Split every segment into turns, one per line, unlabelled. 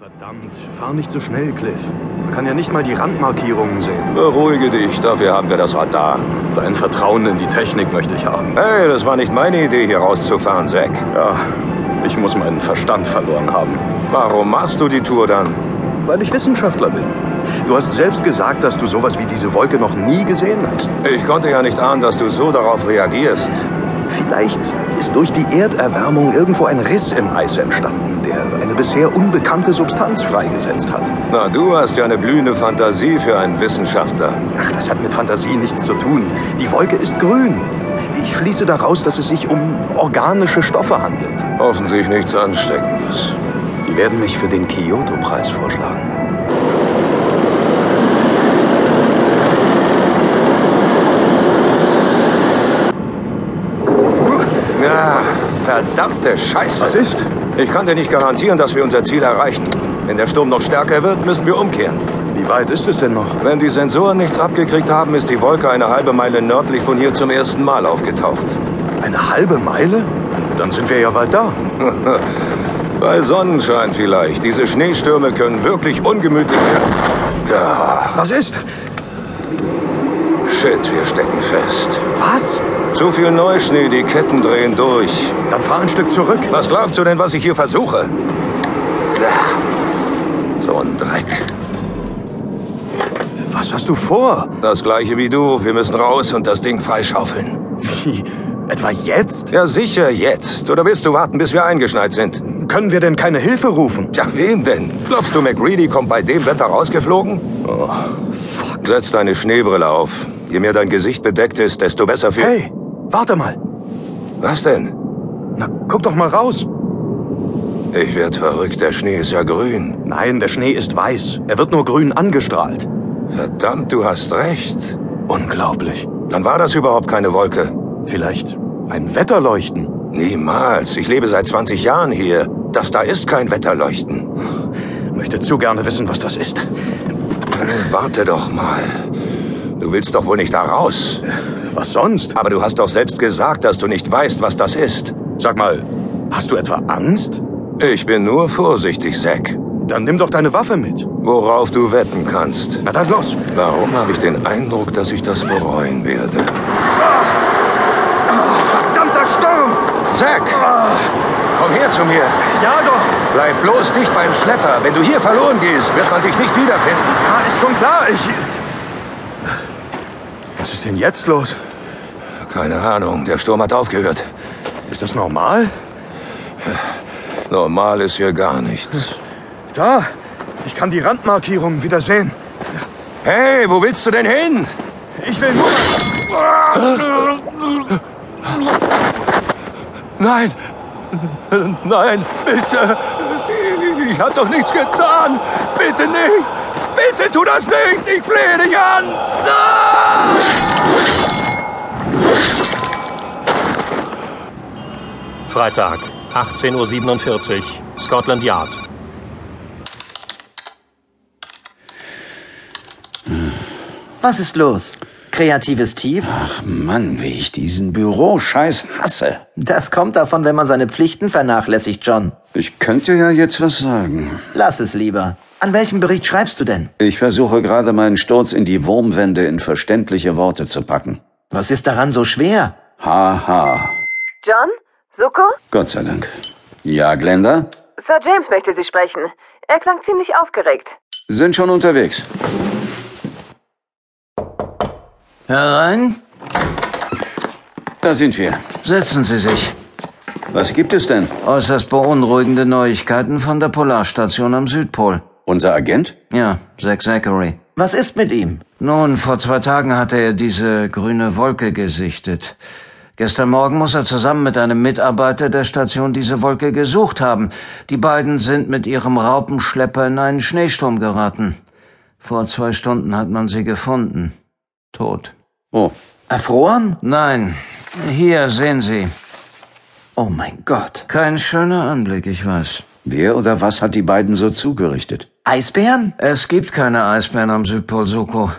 Verdammt, fahr nicht so schnell, Cliff. Man kann ja nicht mal die Randmarkierungen sehen.
Beruhige dich, dafür haben wir das Radar.
Dein Vertrauen in die Technik möchte ich haben.
Hey, das war nicht meine Idee, hier rauszufahren, Zack.
Ja, ich muss meinen Verstand verloren haben,
Warum machst du die Tour dann?
weil ich Wissenschaftler bin. Du hast selbst gesagt, dass du sowas wie diese Wolke noch nie gesehen hast.
Ich konnte ja nicht ahnen, dass du so darauf reagierst.
Vielleicht ist durch die Erderwärmung irgendwo ein Riss im Eis entstanden, der eine bisher unbekannte Substanz freigesetzt hat.
Na, du hast ja eine blühende Fantasie für einen Wissenschaftler.
Ach, das hat mit Fantasie nichts zu tun. Die Wolke ist grün. Ich schließe daraus, dass es sich um organische Stoffe handelt.
Hoffentlich nichts Ansteckendes.
Die werden mich für den Kyoto-Preis vorschlagen.
Ja, verdammte Scheiße.
Was ist?
Ich kann dir nicht garantieren, dass wir unser Ziel erreichen. Wenn der Sturm noch stärker wird, müssen wir umkehren.
Wie weit ist es denn noch?
Wenn die Sensoren nichts abgekriegt haben, ist die Wolke eine halbe Meile nördlich von hier zum ersten Mal aufgetaucht.
Eine halbe Meile? Dann sind wir ja bald da.
Bei Sonnenschein vielleicht. Diese Schneestürme können wirklich ungemütlich werden.
Was ist?
Shit, wir stecken fest.
Was?
Zu viel Neuschnee, die Ketten drehen durch.
Dann fahr ein Stück zurück.
Was glaubst du denn, was ich hier versuche? Ja, So ein Dreck.
Was hast du vor?
Das gleiche wie du. Wir müssen raus und das Ding freischaufeln.
Wie? Etwa jetzt?
Ja, sicher, jetzt. Oder willst du warten, bis wir eingeschneit sind?
Können wir denn keine Hilfe rufen?
Ja, wen denn? Glaubst du, McReady kommt bei dem Wetter rausgeflogen? Oh, fuck. Setz deine Schneebrille auf. Je mehr dein Gesicht bedeckt ist, desto besser für...
Hey, warte mal.
Was denn?
Na, guck doch mal raus.
Ich werd verrückt, der Schnee ist ja grün.
Nein, der Schnee ist weiß. Er wird nur grün angestrahlt.
Verdammt, du hast recht.
Unglaublich.
Dann war das überhaupt keine Wolke.
Vielleicht ein Wetterleuchten.
Niemals. Ich lebe seit 20 Jahren hier. Das da ist kein Wetterleuchten.
Möchte zu gerne wissen, was das ist.
Warte doch mal. Du willst doch wohl nicht da raus.
Was sonst?
Aber du hast doch selbst gesagt, dass du nicht weißt, was das ist.
Sag mal, hast du etwa Angst?
Ich bin nur vorsichtig, Zack.
Dann nimm doch deine Waffe mit.
Worauf du wetten kannst.
Na dann los.
Warum habe ich den Eindruck, dass ich das bereuen werde?
Verdammter Sturm!
Zack! Komm her zu mir.
Ja doch.
Bleib bloß nicht beim Schlepper. Wenn du hier verloren gehst, wird man dich nicht wiederfinden.
Ja, ist schon klar. Ich. Was ist denn jetzt los?
Keine Ahnung, der Sturm hat aufgehört.
Ist das normal?
Normal ist hier gar nichts.
Da. Ich kann die Randmarkierungen wieder sehen.
Hey, wo willst du denn hin?
Ich will nur.
Nein! Nein, bitte! Ich habe doch nichts getan! Bitte nicht! Bitte tu das nicht! Ich flehe dich an!
Freitag, 18.47 Uhr, Scotland Yard.
Was ist los? Kreatives Tief?
Ach Mann, wie ich diesen Büroscheiß hasse.
Das kommt davon, wenn man seine Pflichten vernachlässigt, John.
Ich könnte ja jetzt was sagen.
Lass es lieber. An welchem Bericht schreibst du denn?
Ich versuche gerade meinen Sturz in die Wurmwände in verständliche Worte zu packen.
Was ist daran so schwer?
Haha. Ha.
John? Suko?
Gott sei Dank. Ja, Glenda?
Sir James möchte Sie sprechen. Er klang ziemlich aufgeregt.
Sind schon unterwegs.
Herein,
Da sind wir.
setzen Sie sich.
Was gibt es denn?
Äußerst beunruhigende Neuigkeiten von der Polarstation am Südpol.
Unser Agent?
Ja, Zack Zachary.
Was ist mit ihm?
Nun, vor zwei Tagen hatte er diese grüne Wolke gesichtet. Gestern Morgen muss er zusammen mit einem Mitarbeiter der Station diese Wolke gesucht haben. Die beiden sind mit ihrem Raupenschlepper in einen Schneesturm geraten. Vor zwei Stunden hat man sie gefunden. Tot.
Oh,
Erfroren?
Nein, hier sehen Sie.
Oh mein Gott.
Kein schöner Anblick, ich weiß.
wer oder was hat die beiden so zugerichtet?
Eisbären?
Es gibt keine Eisbären am Südpol, Suko.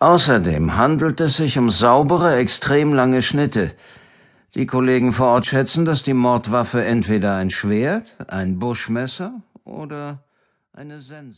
Außerdem handelt es sich um saubere, extrem lange Schnitte. Die Kollegen vor Ort schätzen, dass die Mordwaffe entweder ein Schwert, ein Buschmesser oder Eine Sense.